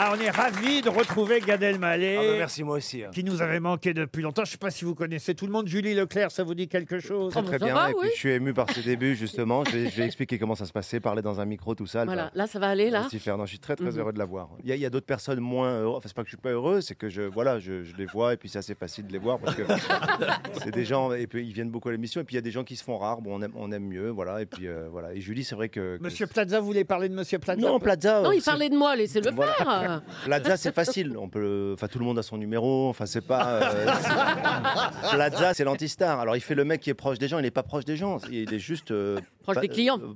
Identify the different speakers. Speaker 1: Ah, on est ravis de retrouver Gad Elmaleh.
Speaker 2: Ah bah merci, moi aussi. hein.
Speaker 1: Qui nous avait manqué depuis longtemps. Je ne sais pas si vous connaissez tout le monde. Julie Leclerc, ça vous dit quelque chose
Speaker 3: Ah, bon,
Speaker 2: Très
Speaker 3: ça
Speaker 2: bien,
Speaker 3: va,
Speaker 2: et puis
Speaker 3: oui.
Speaker 2: je suis ému par ce début justement. Je vais, je vais expliquer comment ça se passait, parler dans un micro, tout ça. elle
Speaker 3: Voilà,
Speaker 2: va-
Speaker 3: là ça va aller
Speaker 2: elle va
Speaker 3: là.
Speaker 2: s'y faire. Non, je suis très très
Speaker 3: Mhm.
Speaker 2: heureux de la voir. Il y a, il y a d'autres personnes moins heureuses. Enfin, c'est pas que je suis pas heureux, c'est que je voilà, je, je les vois et puis c'est assez facile de les voir parce que c'est des gens et puis ils viennent beaucoup à l'émission et puis il y a des gens qui se font rares. Bon, on aime, on aime mieux, voilà. Et puis euh, voilà. Et Julie, c'est vrai que, que
Speaker 1: Monsieur
Speaker 2: c'est-
Speaker 1: Plaza, vous voulez parler de Monsieur Plaza
Speaker 2: non Plaza.
Speaker 3: Non, il
Speaker 2: c'est-
Speaker 3: parlait de moi, laissez-le
Speaker 2: Voilà.
Speaker 3: faire. euh,
Speaker 2: Plaza, c'est facile. On peut, enfin, tout le monde a son numéro. Enfin, c'est pas. euh, c'est- Plaza, c'est l'antistar. Alors, il fait le mec qui est proche des gens. Il n'est pas proche des gens. Il est juste euh,
Speaker 3: Proche
Speaker 2: pas-
Speaker 3: des clients.
Speaker 2: euh,